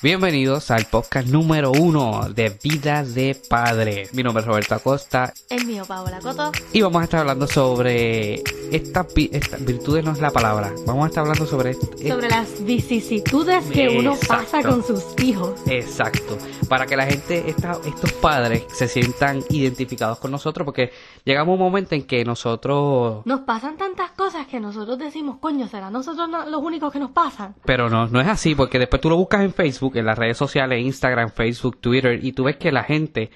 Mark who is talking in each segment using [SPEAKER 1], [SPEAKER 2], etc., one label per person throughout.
[SPEAKER 1] Bienvenidos al podcast número uno de Vida de Padre. Mi nombre es Roberto Acosta
[SPEAKER 2] El mío, Paola Coto.
[SPEAKER 1] y vamos a estar hablando sobre estas vi- estas virtudes, no es la palabra. Vamos a estar hablando sobre, est-
[SPEAKER 2] Sobre las vicisitudes que uno pasa
[SPEAKER 1] Eh. Exacto.
[SPEAKER 2] con sus hijos.
[SPEAKER 1] Exacto. Para que la gente, esta- estos padres, se sientan identificados con nosotros, porque llegamos a un momento en que nosotros.
[SPEAKER 2] Nos pasan tantas cosas que nosotros decimos, coño, serán nosotros no- los únicos que nos pasan.
[SPEAKER 1] Pero no, no es así, porque después tú lo buscas en Facebook, en las redes sociales, Instagram, Facebook, Twitter, y tú ves que la gente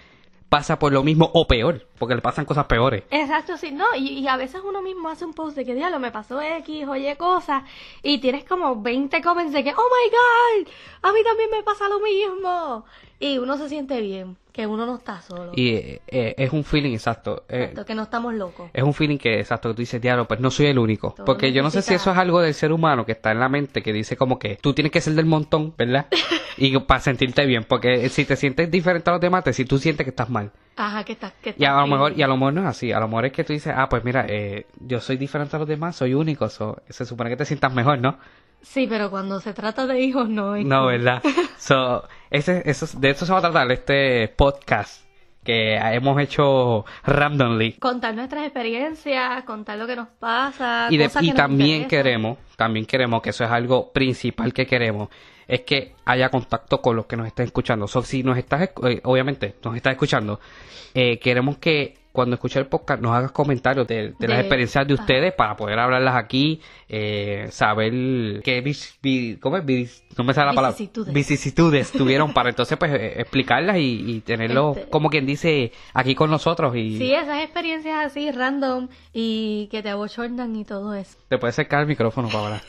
[SPEAKER 1] pasa por lo mismo o peor, porque le pasan cosas peores.
[SPEAKER 2] Exacto, sí, no, y, y a veces uno mismo hace un post de que diablo me pasó X, oye cosas, y tienes como 20 comments de que, oh my god, a mí también me pasa lo mismo. Y uno se siente bien, que uno no está solo,
[SPEAKER 1] Y eh, eh, es un feeling exacto. eh,
[SPEAKER 2] exacto, que no estamos locos.
[SPEAKER 1] es un feeling que exacto, que tú dices, diablo, pues no soy el único.
[SPEAKER 2] Todo
[SPEAKER 1] Porque yo no sé si eso
[SPEAKER 2] necesita-
[SPEAKER 1] es algo del ser humano que está en la mente, que dice como que tú tienes que ser del montón, ¿verdad? y para sentirte bien, porque si te sientes diferente a los demás, te- si tú sientes que estás mal.
[SPEAKER 2] Ajá, que estás, que
[SPEAKER 1] Y a
[SPEAKER 2] estás
[SPEAKER 1] lo mejor,
[SPEAKER 2] bien.
[SPEAKER 1] y a lo mejor no es así, a lo mejor es que tú dices, ah, pues mira, eh, yo soy diferente a los demás, soy único, so- se supone que te sientas mejor, ¿no?
[SPEAKER 2] Sí, pero cuando se trata de hijos no es
[SPEAKER 1] No,
[SPEAKER 2] como-
[SPEAKER 1] ¿verdad? So, ese, eso, de eso se va a tratar este podcast que hemos hecho randomly.
[SPEAKER 2] contar nuestras experiencias, contar lo que nos pasa.
[SPEAKER 1] y, de-
[SPEAKER 2] cosas
[SPEAKER 1] y
[SPEAKER 2] que nos
[SPEAKER 1] también
[SPEAKER 2] interesan.
[SPEAKER 1] queremos, también queremos que eso es algo principal que queremos, es que haya contacto con los que nos están escuchando. So, si nos estás, escu- eh, obviamente, nos estás escuchando, eh, queremos que cuando escuches el podcast nos hagas comentarios de, de las
[SPEAKER 2] De-
[SPEAKER 1] experiencias de
[SPEAKER 2] ajá.
[SPEAKER 1] ustedes para poder hablarlas aquí, eh, saber qué vis- vi- ¿cómo es? Vis- no me sale la palabra.
[SPEAKER 2] Vicisitudes.
[SPEAKER 1] Vicisitudes tuvieron para entonces pues eh, explicarlas y, y tenerlo
[SPEAKER 2] Este-
[SPEAKER 1] como quien dice aquí con nosotros y
[SPEAKER 2] Sí, esas experiencias así random y que te abochornan y todo eso.
[SPEAKER 1] Te puedes cercar el micrófono, Paola.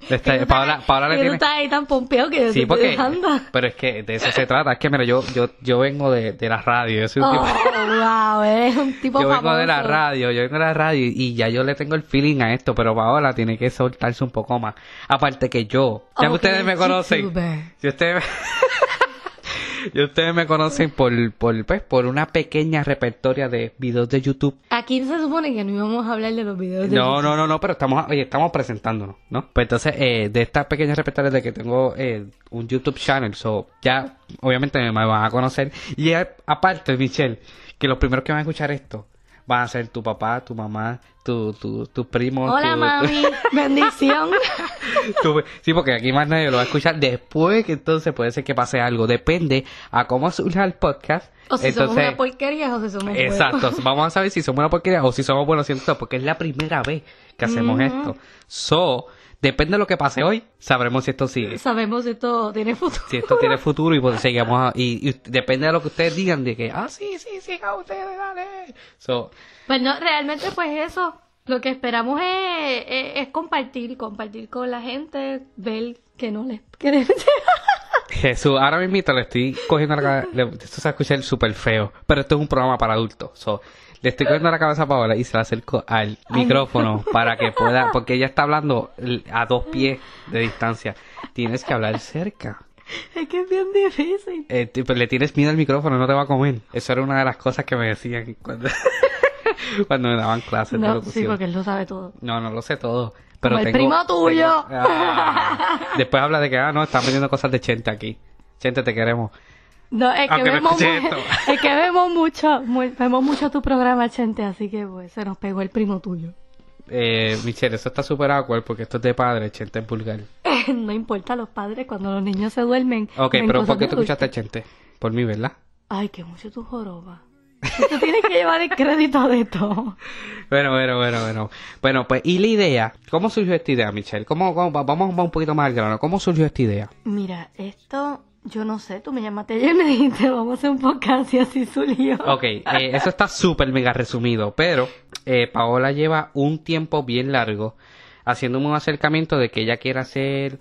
[SPEAKER 1] Le
[SPEAKER 2] Que
[SPEAKER 1] está-
[SPEAKER 2] tú
[SPEAKER 1] Paola,
[SPEAKER 2] estás-
[SPEAKER 1] Paola
[SPEAKER 2] que
[SPEAKER 1] le
[SPEAKER 2] tú
[SPEAKER 1] tiene...
[SPEAKER 2] estás ahí tan pompeado que
[SPEAKER 1] Sí,
[SPEAKER 2] te-
[SPEAKER 1] porque...
[SPEAKER 2] anda.
[SPEAKER 1] Pero es que de eso se trata. Es que, mira, yo, yo, yo vengo de, de la radio. Yo soy un
[SPEAKER 2] Oh,
[SPEAKER 1] tipo-
[SPEAKER 2] wow, eres un tipo
[SPEAKER 1] Yo vengo
[SPEAKER 2] famoso.
[SPEAKER 1] de la radio, yo vengo de la radio y- y ya yo le tengo el feeling a esto, pero Paola tiene que soltarse un poco más. Aparte que yo, ya que
[SPEAKER 2] Ok,
[SPEAKER 1] ustedes me conocen,
[SPEAKER 2] youtuber.
[SPEAKER 1] yo ustedes me, ya ustedes me conocen por, por, pues, por una pequeña repertoria de videos de YouTube
[SPEAKER 2] Aquí se supone que no íbamos a hablar de los videos de
[SPEAKER 1] no, no, no, no, pero estamos, oye, estamos presentándonos, ¿no? Pues entonces, eh, de estas pequeñas respetables de que tengo eh, un YouTube channel, so, ya, obviamente me van a conocer. Y eh, aparte, Michelle, que los primeros que van a escuchar esto van a ser tu papá, tu mamá, tu, tu, tu primo.
[SPEAKER 2] Hola,
[SPEAKER 1] tu-
[SPEAKER 2] mami. Bendición.
[SPEAKER 1] tu- sí, porque aquí más nadie lo va a escuchar después, que entonces puede ser que pase algo. Depende a cómo surja el podcast.
[SPEAKER 2] O si somos
[SPEAKER 1] entonces,
[SPEAKER 2] una porquería o si somos buenos.
[SPEAKER 1] Exacto, vamos a saber si somos una porquería o si somos buenos siendo todo, porque es la primera vez que hacemos
[SPEAKER 2] Ujú.
[SPEAKER 1] esto. So, depende de lo que pase hoy, sabremos si esto sigue,
[SPEAKER 2] Sabemos si esto tiene futuro.
[SPEAKER 1] si esto tiene futuro y pues seguimos a- y, y depende de lo que ustedes digan de que, ah, sí, sí, sigan ustedes, dale. So,
[SPEAKER 2] Bueno, realmente pues eso, lo que esperamos es, es- es compartir, compartir con la gente, ver que no les que-
[SPEAKER 1] Jesús, ahora mismo le estoy cogiendo la cabeza, le- esto se escucha súper feo, pero esto es un programa para adultos. So, le estoy cogiendo la cabeza a Paola y se la acerco al micrófono para que pueda, porque ella está hablando l- a dos pies de distancia. Tienes que hablar cerca.
[SPEAKER 2] Es que es bien difícil.
[SPEAKER 1] Eh, te- pero le tienes miedo al micrófono, no te va a comer. Eso era una de las cosas que me decían cuando, cuando me daban clases de
[SPEAKER 2] No, sí,
[SPEAKER 1] locución.
[SPEAKER 2] porque él lo sabe todo.
[SPEAKER 1] No, no lo sé todo. Pero
[SPEAKER 2] Como el
[SPEAKER 1] tengo-
[SPEAKER 2] primo tuyo.
[SPEAKER 1] tengo- Ah. después habla de que, ah, no, están vendiendo cosas de Chente aquí. Chente, te queremos.
[SPEAKER 2] No, es que,
[SPEAKER 1] Aunque no
[SPEAKER 2] vemos,
[SPEAKER 1] escuché
[SPEAKER 2] mu-
[SPEAKER 1] esto.
[SPEAKER 2] es que vemos mucho, mu- vemos mucho tu programa, gente, así que pues se nos pegó el primo tuyo.
[SPEAKER 1] Eh, Michelle, eso está súper awkward porque esto es de padre, Chente es vulgar.
[SPEAKER 2] no importa los padres cuando los niños se duermen.
[SPEAKER 1] Ok,
[SPEAKER 2] ven
[SPEAKER 1] pero
[SPEAKER 2] cosas
[SPEAKER 1] ¿por qué
[SPEAKER 2] de
[SPEAKER 1] tú
[SPEAKER 2] adultos.
[SPEAKER 1] escuchaste a Chente? Por mí, ¿verdad?
[SPEAKER 2] Ay, que mucho tu joroba. Tú tienes que llevar el crédito de todo.
[SPEAKER 1] Bueno, bueno, bueno, bueno. Bueno, pues, ¿y la idea? ¿Cómo surgió esta idea, Michelle? ¿Cómo, cómo- va- vamos un poquito más al grano. ¿Cómo surgió esta idea?
[SPEAKER 2] Mira, esto, yo no sé, tú me llamaste ayer y me dijiste, vamos a hacer un podcast y así surgió.
[SPEAKER 1] Ok, eh, eso está súper mega resumido, pero eh, Paola lleva un tiempo bien largo haciéndome un acercamiento de que ella quiere hacer,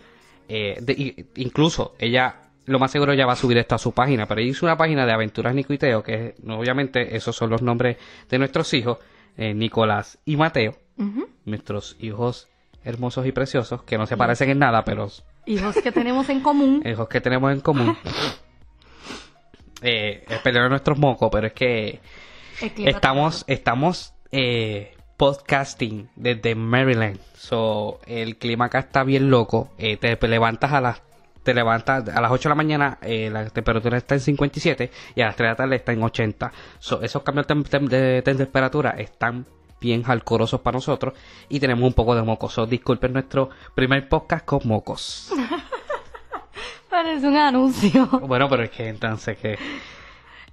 [SPEAKER 1] eh, de- i- incluso ella, lo más seguro ya va a subir esto a su página, pero ella hizo una página de aventuras Nico y Teo, que no, obviamente esos son los nombres de nuestros hijos, eh, Nicolás y Mateo,
[SPEAKER 2] Ujú.
[SPEAKER 1] nuestros hijos hermosos y preciosos, que no se parecen en nada, pero
[SPEAKER 2] Hijos que tenemos en común.
[SPEAKER 1] hijos que tenemos en común. Eh, espero nuestros mocos, pero es que
[SPEAKER 2] Eclipse.
[SPEAKER 1] Estamos, estamos eh, podcasting desde Maryland. So, el clima acá está bien loco. Eh, te levantas a las te levantas a las 8 de la mañana, eh, la temperatura está en 57 y a las 3 de la tarde está en 80. So, esos cambios de, tem- de- de temperatura están bien jalcorosos para nosotros y tenemos un poco de mocos. So, disculpen nuestro primer podcast con mocos.
[SPEAKER 2] Parece un anuncio.
[SPEAKER 1] Bueno, pero es que entonces que...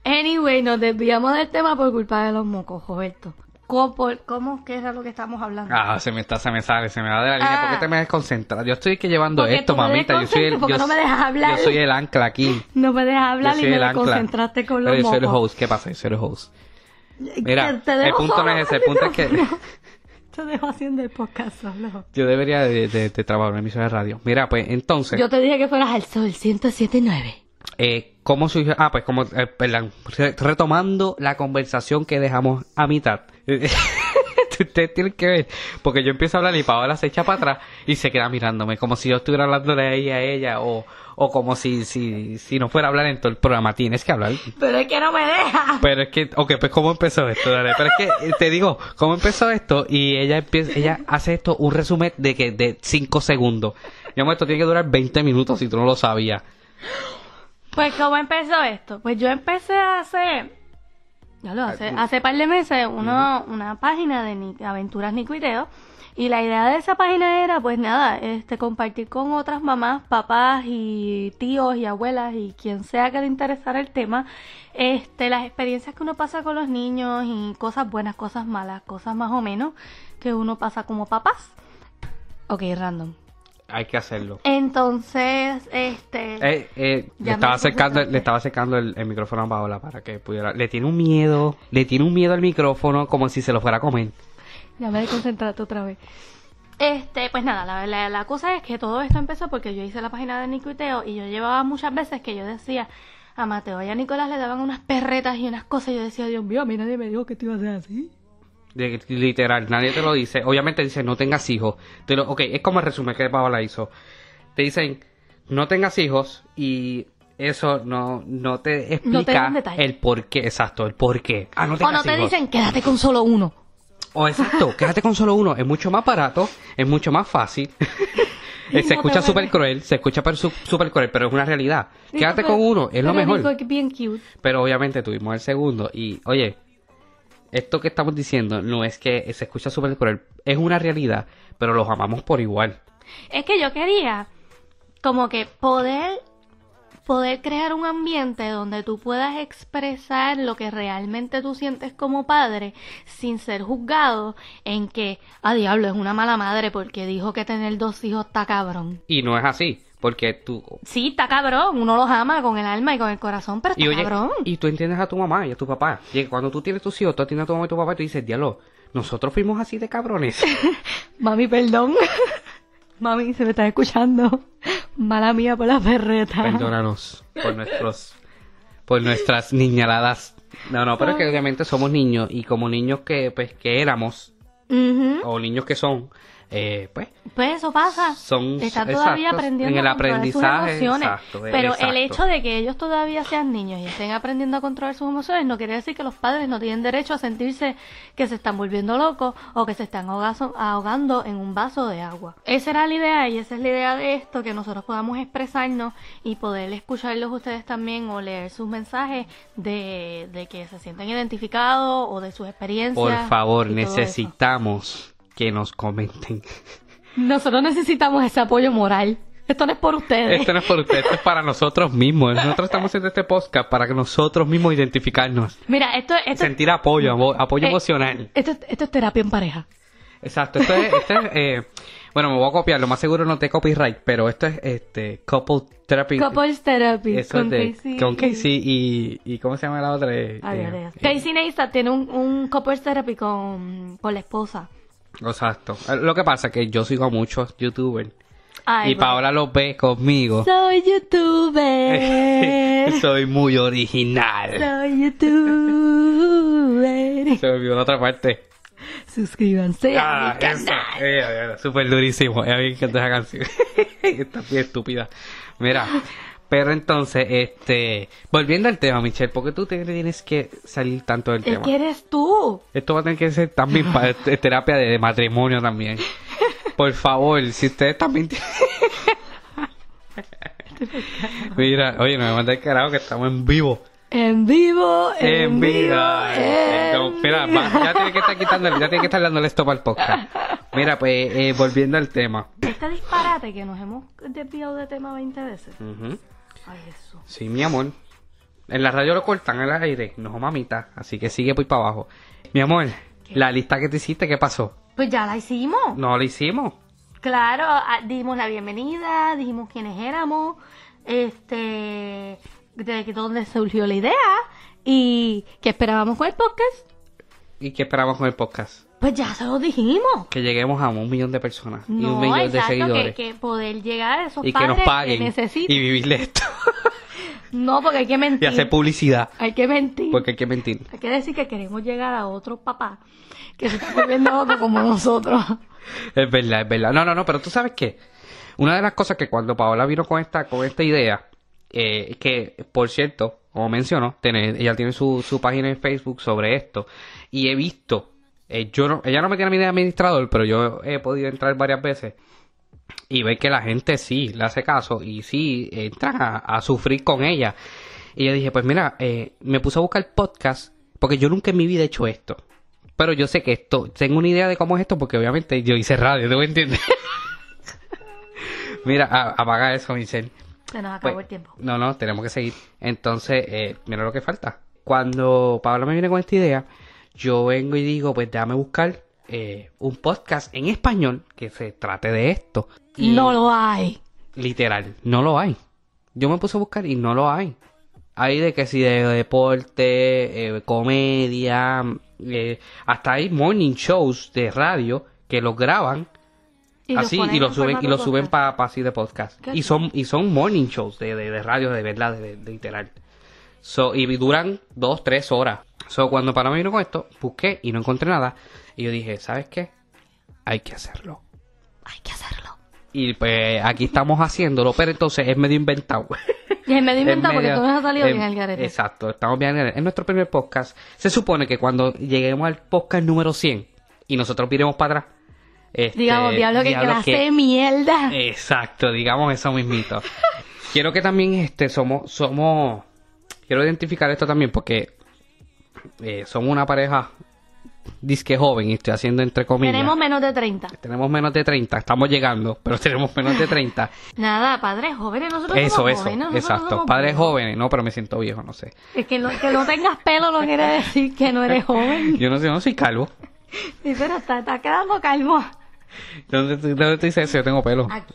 [SPEAKER 2] Anyway, nos desviamos del tema por culpa de los mocos, Roberto. ¿Cómo, por- cómo qué era lo que estamos hablando?
[SPEAKER 1] Ah, se me está, se me sale, se me va de la línea.
[SPEAKER 2] Ah.
[SPEAKER 1] ¿Por qué te me desconcentras? Yo estoy que llevando
[SPEAKER 2] Porque
[SPEAKER 1] esto,
[SPEAKER 2] tú me
[SPEAKER 1] mamita. Yo soy el,
[SPEAKER 2] desconcentras,
[SPEAKER 1] yo,
[SPEAKER 2] porque no me dejas hablar.
[SPEAKER 1] yo soy el ancla aquí.
[SPEAKER 2] No me dejas
[SPEAKER 1] Yo
[SPEAKER 2] hablar
[SPEAKER 1] soy
[SPEAKER 2] y me
[SPEAKER 1] el ancla.
[SPEAKER 2] desconcentraste con los
[SPEAKER 1] Pero yo soy el
[SPEAKER 2] mocos.
[SPEAKER 1] host. ¿Qué pasa? Yo soy el host.
[SPEAKER 2] Que
[SPEAKER 1] Mira,
[SPEAKER 2] te dejo
[SPEAKER 1] el punto no
[SPEAKER 2] solo
[SPEAKER 1] es ese, el
[SPEAKER 2] con
[SPEAKER 1] punto es que-
[SPEAKER 2] micrófono. Te dejo haciendo el podcast solo.
[SPEAKER 1] Yo debería de, de- de trabajar en una emisora de radio. Mira, pues entonces,
[SPEAKER 2] Yo te dije que fueras al sol 1079.
[SPEAKER 1] eh, ¿cómo surgió? Ah, pues como, eh, perdón, re- retomando la conversación que dejamos a mitad. Ustedes tienen que ver, porque yo empiezo a hablar y Paola se echa para atrás y se queda mirándome, como si yo estuviera hablando de ella a ella, o, o como si, si, si no fuera a hablar en todo el programa. Tienes que hablar.
[SPEAKER 2] Pero es que no me deja.
[SPEAKER 1] Pero es que, ok, pues ¿cómo empezó esto? Dale, pero es que eh, te digo, ¿cómo empezó esto? Y ella empieza, ella hace esto un resumen de que de 5 segundos. Mi amor, esto tiene que durar 20 minutos si tú no lo sabías.
[SPEAKER 2] Pues, ¿cómo empezó esto? Pues yo empecé hace. Ya lo hace, hace par de meses uno, una página de Ni- Aventuras Nicuiteo. Y la idea de esa página era, pues nada, este compartir con otras mamás, papás y tíos y abuelas y quien sea que le interesara el tema, este las experiencias que uno pasa con los niños y cosas buenas, cosas malas, cosas más o menos que uno pasa como papás. Ok, random.
[SPEAKER 1] Hay que hacerlo.
[SPEAKER 2] Entonces, este...
[SPEAKER 1] Eh, eh,
[SPEAKER 2] Ya
[SPEAKER 1] le,
[SPEAKER 2] me
[SPEAKER 1] estaba
[SPEAKER 2] puse
[SPEAKER 1] acercando,
[SPEAKER 2] bastante.
[SPEAKER 1] le estaba acercando el, el micrófono a Paola para que pudiera. Le tiene un miedo, le tiene un miedo al micrófono como si se lo fuera a comer.
[SPEAKER 2] Ya me desconcentraste otra vez. Este, pues nada, la, la, la cosa es que todo esto empezó porque yo hice la página de Nico y Teo y yo llevaba muchas veces que yo decía a Mateo y a Nicolás le daban unas perretas y unas cosas y yo decía, Dios mío, a mí nadie me dijo que te iba a hacer así.
[SPEAKER 1] De- literal, nadie te lo dice. Obviamente dice, no tengas hijos. Te lo, ok, es como el resumen que Paola hizo. Te dicen, no tengas hijos y eso no, no te
[SPEAKER 2] No te
[SPEAKER 1] explica
[SPEAKER 2] dan detalle.
[SPEAKER 1] el por qué. Exacto, el por qué. Ah, no
[SPEAKER 2] o
[SPEAKER 1] tengas
[SPEAKER 2] no te
[SPEAKER 1] hijos.
[SPEAKER 2] dicen, quédate con solo uno.
[SPEAKER 1] O exacto, quédate con solo uno. Es mucho más barato, es mucho más fácil. Eh,
[SPEAKER 2] No
[SPEAKER 1] se
[SPEAKER 2] te
[SPEAKER 1] escucha
[SPEAKER 2] duele.
[SPEAKER 1] súper cruel, se escucha per- su- súper cruel, pero es una realidad. Quédate con uno, es lo
[SPEAKER 2] Pero
[SPEAKER 1] mejor.
[SPEAKER 2] Nico es bien cute.
[SPEAKER 1] Pero obviamente tuvimos el segundo y, oye, esto que estamos diciendo no es que se escucha súper cruel, es una realidad, pero los amamos por igual.
[SPEAKER 2] Es que yo quería como que poder poder crear un ambiente donde tú puedas expresar lo que realmente tú sientes como padre sin ser juzgado en que, a diablo, es una mala madre porque dijo que tener dos hijos está cabrón.
[SPEAKER 1] Y no es así, porque tú...
[SPEAKER 2] Sí, está cabrón, uno los ama con el alma y con el corazón, pero
[SPEAKER 1] Y,
[SPEAKER 2] está
[SPEAKER 1] oye,
[SPEAKER 2] cabrón.
[SPEAKER 1] y tú entiendes a tu mamá y a tu papá. Y cuando tú tienes tus hijos, tú atiendes a tu mamá y tu papá y tú dices, diablo, nosotros fuimos así de cabrones.
[SPEAKER 2] Mami, perdón. Mami, se me está escuchando. Mala mía por la ferreta.
[SPEAKER 1] Perdónanos por nuestros... Por nuestras niñaladas. No, no, pero es que obviamente somos niños y como niños que, pues, que éramos
[SPEAKER 2] Ujú.
[SPEAKER 1] o niños que son, eh, pues
[SPEAKER 2] Pues eso pasa.
[SPEAKER 1] Son-
[SPEAKER 2] Está
[SPEAKER 1] exacto,
[SPEAKER 2] todavía aprendiendo
[SPEAKER 1] en el
[SPEAKER 2] a controlar sus
[SPEAKER 1] aprendizaje,
[SPEAKER 2] emociones.
[SPEAKER 1] exacto, eh,
[SPEAKER 2] pero
[SPEAKER 1] exacto.
[SPEAKER 2] el hecho de que ellos todavía sean niños y estén aprendiendo a controlar sus emociones no quiere decir que los padres no tienen derecho a sentirse que se están volviendo locos o que se están ahogazo- ahogando en un vaso de agua. Esa era la idea y esa es la idea de esto, que nosotros podamos expresarnos y poder escucharlos ustedes también o leer sus mensajes de, de que se sienten identificados o de sus experiencias.
[SPEAKER 1] Por favor,
[SPEAKER 2] y todo eso.
[SPEAKER 1] necesitamos que nos comenten.
[SPEAKER 2] Nosotros necesitamos ese apoyo moral. Esto no es por ustedes.
[SPEAKER 1] Esto no es por ustedes, esto es para nosotros mismos. Nosotros estamos haciendo este podcast para que nosotros mismos identificarnos.
[SPEAKER 2] Mira, esto, esto,
[SPEAKER 1] Sentir apoyo, amo- apoyo
[SPEAKER 2] Eh.
[SPEAKER 1] emocional.
[SPEAKER 2] esto, esto es terapia en pareja.
[SPEAKER 1] Exacto, esto es... esto es, eh, bueno, me voy a copiar, lo más seguro no te copyright, pero esto es este couple therapy.
[SPEAKER 2] Couples therapy
[SPEAKER 1] Eso
[SPEAKER 2] con
[SPEAKER 1] es de-
[SPEAKER 2] Casey.
[SPEAKER 1] con Casey y, y ¿cómo se llama la otra? Eh,
[SPEAKER 2] Ay,
[SPEAKER 1] eh,
[SPEAKER 2] Dios, Dios. Casey Neistat tiene un, un couples therapy con, con la esposa.
[SPEAKER 1] Exacto. Lo que pasa es que yo sigo a muchos youtubers
[SPEAKER 2] Ay,
[SPEAKER 1] y
[SPEAKER 2] bueno.
[SPEAKER 1] Paola los ve conmigo.
[SPEAKER 2] Soy youtuber.
[SPEAKER 1] Soy muy original.
[SPEAKER 2] Soy youtuber.
[SPEAKER 1] Se me olvidó la otra parte.
[SPEAKER 2] Suscríbanse a
[SPEAKER 1] Ah,
[SPEAKER 2] mi
[SPEAKER 1] eso.
[SPEAKER 2] canal.
[SPEAKER 1] Eh, eh, eh, Súper durísimo. Es bien que esa canción. Está bien estúpida. Mira. Pero entonces, este. Volviendo al tema, Michelle, ¿por qué tú te tienes que salir tanto del
[SPEAKER 2] Es
[SPEAKER 1] tema?
[SPEAKER 2] que eres tú.
[SPEAKER 1] Esto va a tener que ser también pa- eh, terapia de, de matrimonio también. Por favor, si ustedes también tienen. Mira, oye, no me mandes carajo que estamos en vivo.
[SPEAKER 2] En vivo, en, vivo. Eh.
[SPEAKER 1] Ay,
[SPEAKER 2] en
[SPEAKER 1] Eh, no, Mira,
[SPEAKER 2] vivo.
[SPEAKER 1] va, ya tiene que estar quitándole, ya tiene que estar dándole esto para el podcast. Mira, pues eh, volviendo al tema.
[SPEAKER 2] Este disparate que nos hemos desviado de tema 20 veces.
[SPEAKER 1] Ujú.
[SPEAKER 2] Ay, Jesús.
[SPEAKER 1] Sí, mi amor. En la radio lo cortan el aire. No, mamita. Así que sigue por para abajo. Mi amor, la lista que te hiciste, ¿qué pasó?
[SPEAKER 2] Pues ya la hicimos.
[SPEAKER 1] No la hicimos.
[SPEAKER 2] Claro, ah, dimos la bienvenida, dijimos quiénes éramos, este, de que- dónde surgió la idea y qué esperábamos con el podcast.
[SPEAKER 1] ¿Y qué esperamos con el podcast?
[SPEAKER 2] Pues ya se lo dijimos.
[SPEAKER 1] Que lleguemos a un millón de personas y un
[SPEAKER 2] No,
[SPEAKER 1] millón de
[SPEAKER 2] exacto, que-
[SPEAKER 1] seguidores.
[SPEAKER 2] Que, poder llegar a esos
[SPEAKER 1] y que
[SPEAKER 2] padres
[SPEAKER 1] nos paguen.
[SPEAKER 2] que necesitan.
[SPEAKER 1] y vivir de esto.
[SPEAKER 2] No, porque hay que
[SPEAKER 1] y
[SPEAKER 2] mentir.
[SPEAKER 1] hacer publicidad.
[SPEAKER 2] Hay que mentir.
[SPEAKER 1] Porque hay que mentir.
[SPEAKER 2] Hay que decir que queremos llegar a otro papá que se está volviendo loco como nosotros.
[SPEAKER 1] Es verdad, es verdad. No, no, no, pero tú sabes qué. Una de las cosas que cuando Paola vino con esta, con esta idea, eh, que por cierto, como mencionó, tiene- ella tiene su, su página en Facebook sobre esto, y he visto, eh, yo no, ella no me tiene a mí de administrador, pero yo he podido entrar varias veces y ver que la gente sí le hace caso y sí entran a, a sufrir con ella. Y yo dije, pues mira, eh, me puse a buscar podcast porque yo nunca en mi vida he hecho esto. Pero yo sé que esto, tengo una idea de cómo es esto porque obviamente yo hice radio, ¿te voy a entender? mira, a- apaga eso, Vicente.
[SPEAKER 2] Se nos acabó
[SPEAKER 1] Pues,
[SPEAKER 2] el tiempo.
[SPEAKER 1] No, no, tenemos que seguir. Entonces, eh, mira lo que falta. Cuando Pablo me viene con esta idea, yo vengo y digo, pues déjame buscar eh, un podcast en español que se trate de esto. Y
[SPEAKER 2] No lo hay.
[SPEAKER 1] literal, no lo hay. Yo me puse a buscar y no lo hay. Hay de que si de deporte, eh, comedia, eh, hasta hay morning shows de radio que los graban así
[SPEAKER 2] ponen
[SPEAKER 1] y lo
[SPEAKER 2] en
[SPEAKER 1] suben y
[SPEAKER 2] formato
[SPEAKER 1] lo suben
[SPEAKER 2] podcast.
[SPEAKER 1] para así de podcast
[SPEAKER 2] Qué
[SPEAKER 1] y son y son morning shows de, de, de radio de verdad de, de- de literal so, y duran dos tres horas so cuando para mí vino con esto busqué y no encontré nada y yo dije sabes qué hay que hacerlo
[SPEAKER 2] Hay que hacerlo.
[SPEAKER 1] y pues aquí estamos haciéndolo pero entonces es medio inventado
[SPEAKER 2] Y en medio
[SPEAKER 1] Es
[SPEAKER 2] inventado porque
[SPEAKER 1] medio-
[SPEAKER 2] todo nos ha salido
[SPEAKER 1] eh,
[SPEAKER 2] bien al garete.
[SPEAKER 1] Exacto, estamos bien al garete. Es nuestro primer podcast. Se supone que cuando lleguemos al podcast número 100 y nosotros viremos para atrás. este,
[SPEAKER 2] Digamos, diablo, que
[SPEAKER 1] diablo, eh,
[SPEAKER 2] clase de mierda.
[SPEAKER 1] Exacto, digamos eso mismito. quiero que también este somos somos quiero identificar esto también porque eh, somos una pareja disque joven y estoy haciendo entre comillas.
[SPEAKER 2] Tenemos menos de 30.
[SPEAKER 1] Tenemos menos de 30, estamos llegando, pero tenemos menos de 30.
[SPEAKER 2] Nada, padres jóvenes, nosotros
[SPEAKER 1] Eso,
[SPEAKER 2] somos
[SPEAKER 1] eso,
[SPEAKER 2] jóvenes. nosotros
[SPEAKER 1] exacto.
[SPEAKER 2] somos
[SPEAKER 1] Padres
[SPEAKER 2] jóvenes.
[SPEAKER 1] jóvenes, no, pero me siento viejo, no sé.
[SPEAKER 2] Es que, no, que no tengas pelo no quiere decir que no eres joven.
[SPEAKER 1] Yo no sé, yo no soy calvo.
[SPEAKER 2] Sí, pero está, está quedando calmo.
[SPEAKER 1] ¿Dónde, te- dónde te dice eso? Yo tengo pelo.
[SPEAKER 2] Aquí.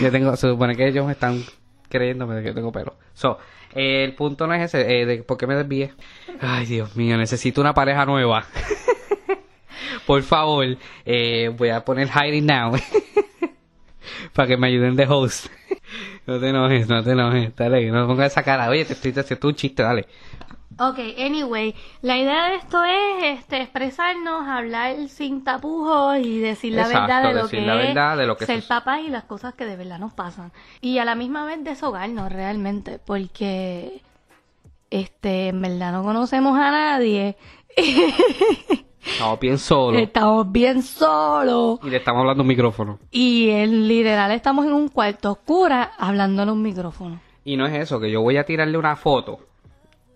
[SPEAKER 1] yo tengo, se supone que ellos están creyéndome de que yo tengo pelo. So, eh, el punto no es ese, eh, de por qué me desvié. Ay, Dios mío, necesito una pareja nueva. por favor, eh, voy a poner hiring now. Para que me ayuden de host. No te enojes, no te enojes. Dale, no pongas esa cara. Oye, te estoy te estoy un chiste, dale.
[SPEAKER 2] Ok, anyway, la idea de esto es este, expresarnos, hablar sin tapujos y decir la
[SPEAKER 1] Exacto,
[SPEAKER 2] verdad de lo
[SPEAKER 1] decir
[SPEAKER 2] que
[SPEAKER 1] la
[SPEAKER 2] es
[SPEAKER 1] verdad de lo que
[SPEAKER 2] ser
[SPEAKER 1] sus-
[SPEAKER 2] papás y las cosas que de verdad nos pasan. Y a la misma vez deshogarnos realmente, porque este, en verdad no conocemos a nadie,
[SPEAKER 1] Estamos bien solos.
[SPEAKER 2] estamos bien solos
[SPEAKER 1] Y le estamos hablando a un micrófono.
[SPEAKER 2] y en literal estamos en un cuarto oscura hablando en un micrófono.
[SPEAKER 1] Y no es eso, que yo voy a tirarle una foto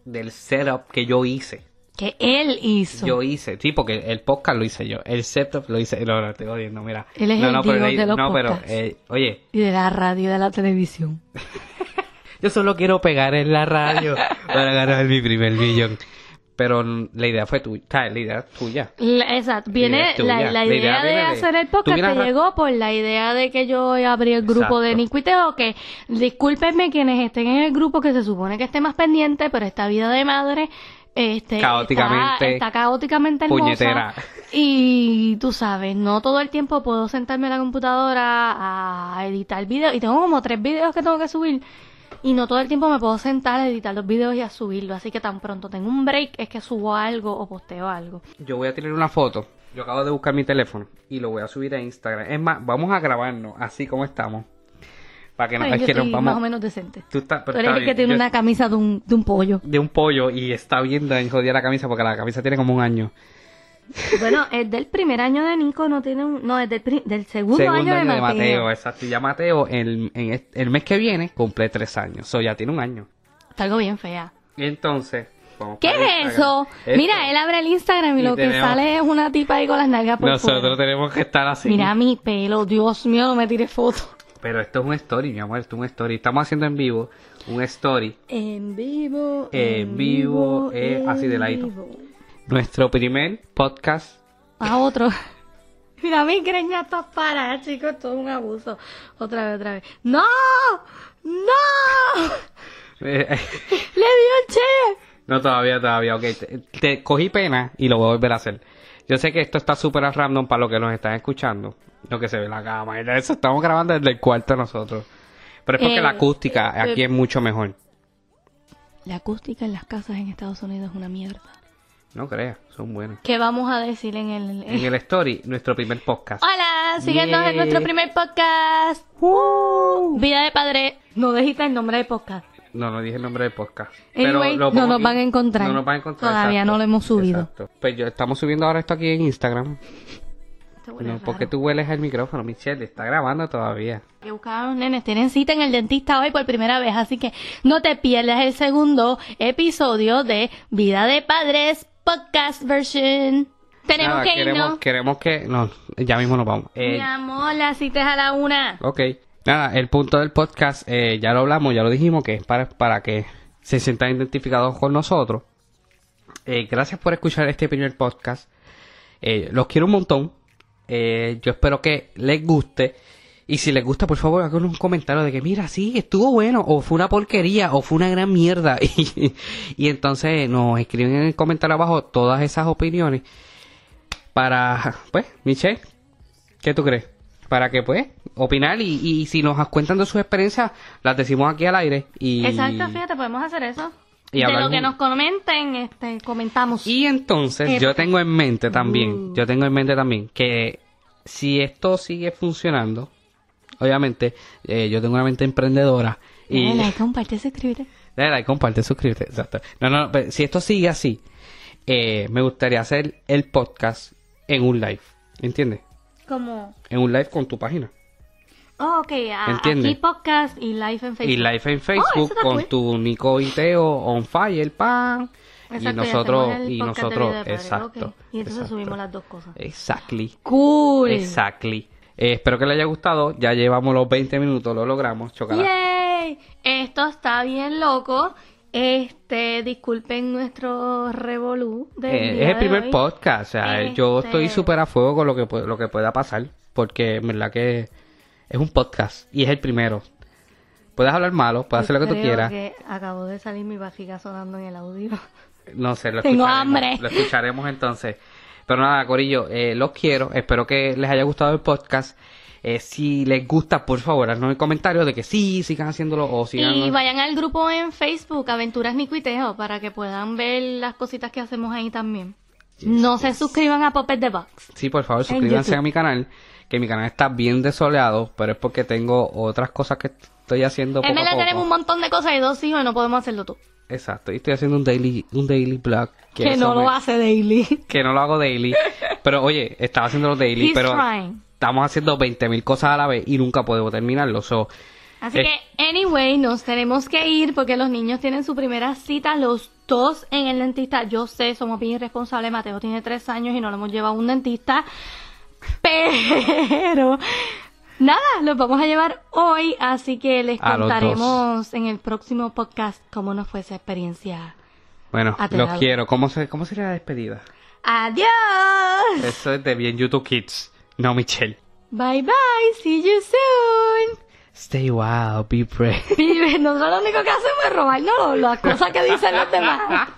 [SPEAKER 1] del setup que yo hice.
[SPEAKER 2] Que él hizo.
[SPEAKER 1] Yo hice, sí, porque el podcast lo hice yo. El setup lo hice. No, no, estoy jodiendo, mira.
[SPEAKER 2] Él es
[SPEAKER 1] no,
[SPEAKER 2] el
[SPEAKER 1] no, pero,
[SPEAKER 2] dios
[SPEAKER 1] le-
[SPEAKER 2] de los
[SPEAKER 1] no, pero
[SPEAKER 2] podcasts.
[SPEAKER 1] eh, oye,
[SPEAKER 2] Y de la radio y de la televisión.
[SPEAKER 1] yo solo quiero pegar en la radio para ganar mi primer millón. Pero mm, la idea fue tuya, la idea tuya.
[SPEAKER 2] La- exacto, viene
[SPEAKER 1] es tuya.
[SPEAKER 2] la, la
[SPEAKER 1] La idea
[SPEAKER 2] idea de
[SPEAKER 1] viene de-
[SPEAKER 2] hacer el
[SPEAKER 1] tú
[SPEAKER 2] podcast
[SPEAKER 1] vienes
[SPEAKER 2] te
[SPEAKER 1] a-
[SPEAKER 2] llegó por la idea de que yo abrí el grupo de
[SPEAKER 1] Exacto.
[SPEAKER 2] Nicuiteo, que discúlpenme quienes estén en el grupo que se supone que esté más pendiente, pero esta vida de madre este está,
[SPEAKER 1] Caóticamente.
[SPEAKER 2] está caóticamente hermosa.
[SPEAKER 1] Puñetera.
[SPEAKER 2] Y tú sabes, no todo el tiempo puedo sentarme a la computadora a editar videos y tengo como tres videos que tengo que subir. Y no todo el tiempo me puedo sentar a editar los videos y a subirlo, así que tan pronto tengo un break es que subo algo o posteo algo.
[SPEAKER 1] Yo voy a tirar una foto. Yo acabo de buscar mi teléfono y lo voy a subir a Instagram. Es más, vamos a grabarnos así como estamos. Para que no,
[SPEAKER 2] Ay,
[SPEAKER 1] es
[SPEAKER 2] yo
[SPEAKER 1] que nos
[SPEAKER 2] estoy
[SPEAKER 1] vamos.
[SPEAKER 2] más o menos decente.
[SPEAKER 1] Tú estás,
[SPEAKER 2] Tú
[SPEAKER 1] pero
[SPEAKER 2] eres
[SPEAKER 1] está
[SPEAKER 2] el que
[SPEAKER 1] bien,
[SPEAKER 2] tiene
[SPEAKER 1] yo-
[SPEAKER 2] una camisa de un, de un pollo.
[SPEAKER 1] de un pollo y está viendo en jodida la camisa porque la camisa tiene como un año.
[SPEAKER 2] Bueno, es del primer año de Nico, no tiene un... No, es del, pri- del segundo, año, de Mateo.
[SPEAKER 1] exacto. Y ya Mateo, el, en est- el mes que viene, cumple tres años. O ya tiene un año.
[SPEAKER 2] Está algo bien fea.
[SPEAKER 1] Y entonces. vamos
[SPEAKER 2] ¿Qué
[SPEAKER 1] para
[SPEAKER 2] es
[SPEAKER 1] Instagram.
[SPEAKER 2] eso?
[SPEAKER 1] Esto.
[SPEAKER 2] Mira, él abre el Instagram y,
[SPEAKER 1] Y
[SPEAKER 2] lo que
[SPEAKER 1] tenemos-
[SPEAKER 2] sale es una tipa ahí con las nalgas por
[SPEAKER 1] Nosotros
[SPEAKER 2] fuera.
[SPEAKER 1] tenemos que estar así.
[SPEAKER 2] Mira mi pelo, Dios mío, no me tires fotos.
[SPEAKER 1] Pero esto es un story, mi amor, esto es un story. Estamos haciendo en vivo un story.
[SPEAKER 2] En vivo.
[SPEAKER 1] En vivo, eh, así de ladito.
[SPEAKER 2] vivo.
[SPEAKER 1] Nuestro primer podcast.
[SPEAKER 2] A otro. Mira mi greña para parar, chicos, todo un abuso. Otra vez, otra vez. ¡No! ¡No!
[SPEAKER 1] Eh,
[SPEAKER 2] ¡Le dio che!
[SPEAKER 1] no, todavía, todavía, ok. Te, te cogí pena y lo voy a volver a hacer. Yo sé que esto está súper random para los que nos están escuchando. Lo que se ve en la cama. y Eso estamos grabando desde el cuarto nosotros. Pero es porque
[SPEAKER 2] Eh,
[SPEAKER 1] la acústica
[SPEAKER 2] eh,
[SPEAKER 1] aquí es mucho mejor.
[SPEAKER 2] La acústica en las casas en Estados Unidos es una mierda.
[SPEAKER 1] No creas, son buenas.
[SPEAKER 2] ¿Qué vamos a decir en el...?
[SPEAKER 1] En el story, nuestro primer
[SPEAKER 2] Ah.
[SPEAKER 1] podcast.
[SPEAKER 2] Hola, síguenos
[SPEAKER 1] Yeah.
[SPEAKER 2] en nuestro primer podcast. Vida de padre. No dijiste el nombre del podcast.
[SPEAKER 1] Uh. No, no dije el nombre del podcast.
[SPEAKER 2] Anyway, no
[SPEAKER 1] pongo
[SPEAKER 2] nos van a encontrar.
[SPEAKER 1] No nos van a encontrar.
[SPEAKER 2] Todavía no lo hemos subido.
[SPEAKER 1] exacto. Pues yo estamos subiendo ahora esto aquí en Instagram.
[SPEAKER 2] Este
[SPEAKER 1] No, porque tú hueles el micrófono, Michelle. Está grabando todavía.
[SPEAKER 2] Que buscaban nenes, tienen cita en el dentista hoy por primera vez, así que no te pierdas el segundo episodio de Vida de Padres Podcast Version. Tenemos
[SPEAKER 1] Nada,
[SPEAKER 2] que
[SPEAKER 1] queremos,
[SPEAKER 2] irnos.
[SPEAKER 1] queremos que. No, ya mismo nos vamos. Eh,
[SPEAKER 2] Mi amor, la cita es a la una.
[SPEAKER 1] ok. Nada, el punto del podcast, eh, ya lo hablamos, ya lo dijimos, que es para, para que se sientan identificados con nosotros. Eh, gracias por escuchar este primer podcast. Eh, los quiero un montón. Eh, yo espero que les guste. Y si les gusta, por favor, hagan un comentario de que, mira, sí, estuvo bueno, o fue una porquería, o fue una gran mierda. Y, y entonces nos escriben en el comentario abajo todas esas opiniones. Para, pues, Michelle, ¿qué tú crees? Para que, pues, opinar y, y si nos cuentan de sus experiencias, las decimos aquí al aire. Y,
[SPEAKER 2] Exacto, fíjate, podemos hacer eso.
[SPEAKER 1] Y
[SPEAKER 2] de
[SPEAKER 1] hablar
[SPEAKER 2] lo que
[SPEAKER 1] un-
[SPEAKER 2] nos comenten, este, comentamos.
[SPEAKER 1] Y entonces
[SPEAKER 2] Eh,
[SPEAKER 1] yo tengo en mente también,
[SPEAKER 2] Uh.
[SPEAKER 1] yo tengo en mente también que si esto sigue funcionando, obviamente eh, yo tengo una mente emprendedora y
[SPEAKER 2] Dale like, comparte, suscríbete.
[SPEAKER 1] dale like, comparte, suscríbete, exacto. No, no, pero si esto sigue así, eh, me gustaría hacer el podcast en un live, ¿entiendes?
[SPEAKER 2] Como,
[SPEAKER 1] En un live con tu página.
[SPEAKER 2] oh, ok, a-
[SPEAKER 1] Entiende.
[SPEAKER 2] aquí podcast y live en Facebook.
[SPEAKER 1] Y live en
[SPEAKER 2] Oh,
[SPEAKER 1] Facebook
[SPEAKER 2] eso está
[SPEAKER 1] con
[SPEAKER 2] cool.
[SPEAKER 1] tu Nico y Teo on fire, pan.
[SPEAKER 2] Exacto,
[SPEAKER 1] y nosotros,
[SPEAKER 2] hacemos el
[SPEAKER 1] y
[SPEAKER 2] podcast de
[SPEAKER 1] nosotros,
[SPEAKER 2] Vida de Padres,
[SPEAKER 1] exacto.
[SPEAKER 2] ok. Y entonces
[SPEAKER 1] exacto.
[SPEAKER 2] subimos las dos cosas.
[SPEAKER 1] Exactly.
[SPEAKER 2] Cool.
[SPEAKER 1] Exactly. Eh, espero que les haya gustado. Ya llevamos los 20 minutos, lo logramos. Eh, Chocala.
[SPEAKER 2] ¡Yay! Esto está bien loco. Este, disculpen nuestro revolú. del
[SPEAKER 1] Eh,
[SPEAKER 2] día
[SPEAKER 1] es el
[SPEAKER 2] de
[SPEAKER 1] primer
[SPEAKER 2] hoy.
[SPEAKER 1] podcast. O sea, yo
[SPEAKER 2] Este-
[SPEAKER 1] estoy súper a fuego con lo que, pu- lo que pueda pasar. Porque en verdad que es un podcast y es el primero. Puedes hablar malo, puedes hacer lo que tú
[SPEAKER 2] Creo
[SPEAKER 1] quieras.
[SPEAKER 2] que acabó de salir mi barriga sonando en el audio.
[SPEAKER 1] No sé, lo
[SPEAKER 2] Tengo
[SPEAKER 1] escucharemos.
[SPEAKER 2] hambre.
[SPEAKER 1] Lo escucharemos entonces. Pero nada, Corillo, eh, los quiero. Espero que les haya gustado el podcast. Eh, si les gusta, por favor, haznos el comentario de que sí, sigan haciéndolo o sigan.
[SPEAKER 2] Y vayan al grupo en Facebook, Aventuras Nicuiteo, para que puedan ver las cositas que hacemos ahí también. No se suscriban a Puppet the Box.
[SPEAKER 1] Sí, por favor,
[SPEAKER 2] En
[SPEAKER 1] suscríbanse
[SPEAKER 2] YouTube.
[SPEAKER 1] a mi canal, que mi canal está bien desoleado, pero es porque tengo otras cosas que estoy haciendo poco
[SPEAKER 2] En
[SPEAKER 1] a
[SPEAKER 2] verdad
[SPEAKER 1] poco.
[SPEAKER 2] tenemos un montón de cosas y dos hijos y no podemos hacerlo tú.
[SPEAKER 1] Exacto, y estoy haciendo un daily, un daily blog.
[SPEAKER 2] Que,
[SPEAKER 1] eso
[SPEAKER 2] no
[SPEAKER 1] me-
[SPEAKER 2] lo hace Daily.
[SPEAKER 1] Que no lo hago daily. Pero oye, estaba haciendo los daily,
[SPEAKER 2] He's
[SPEAKER 1] pero
[SPEAKER 2] trying.
[SPEAKER 1] estamos haciendo 20.000 cosas a la vez y nunca podemos terminarlo. So,
[SPEAKER 2] Así
[SPEAKER 1] Eh.
[SPEAKER 2] que, anyway, nos tenemos que ir porque los niños tienen su primera cita, los dos en el dentista. Yo sé, somos bien irresponsables. Mateo tiene tres años y no lo hemos llevado a un dentista. Pero, nada, los vamos a llevar hoy. Así que les
[SPEAKER 1] A los dos.
[SPEAKER 2] contaremos en el próximo podcast cómo nos fue esa experiencia.
[SPEAKER 1] bueno,
[SPEAKER 2] Aterrado.
[SPEAKER 1] los quiero. ¿Cómo, se, ¿Cómo sería la despedida?
[SPEAKER 2] Adiós.
[SPEAKER 1] Eso es de bien YouTube Kids. No, Michelle.
[SPEAKER 2] Bye bye. See you soon.
[SPEAKER 1] Stay wild, be brave.
[SPEAKER 2] Vive, nosotros lo único que hacemos es robarnos las cosas que dicen los demás.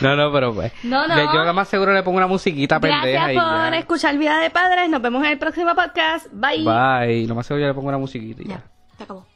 [SPEAKER 1] No, no, pero pues.
[SPEAKER 2] No, no.
[SPEAKER 1] Le- Yo lo más seguro le pongo una musiquita pendeja
[SPEAKER 2] Gracias
[SPEAKER 1] y
[SPEAKER 2] por
[SPEAKER 1] ya.
[SPEAKER 2] escuchar Vida de Padres. Nos vemos en el próximo podcast. Bye.
[SPEAKER 1] Bye. Lo más seguro yo le pongo una musiquita y ya.
[SPEAKER 2] Ya, se acabó.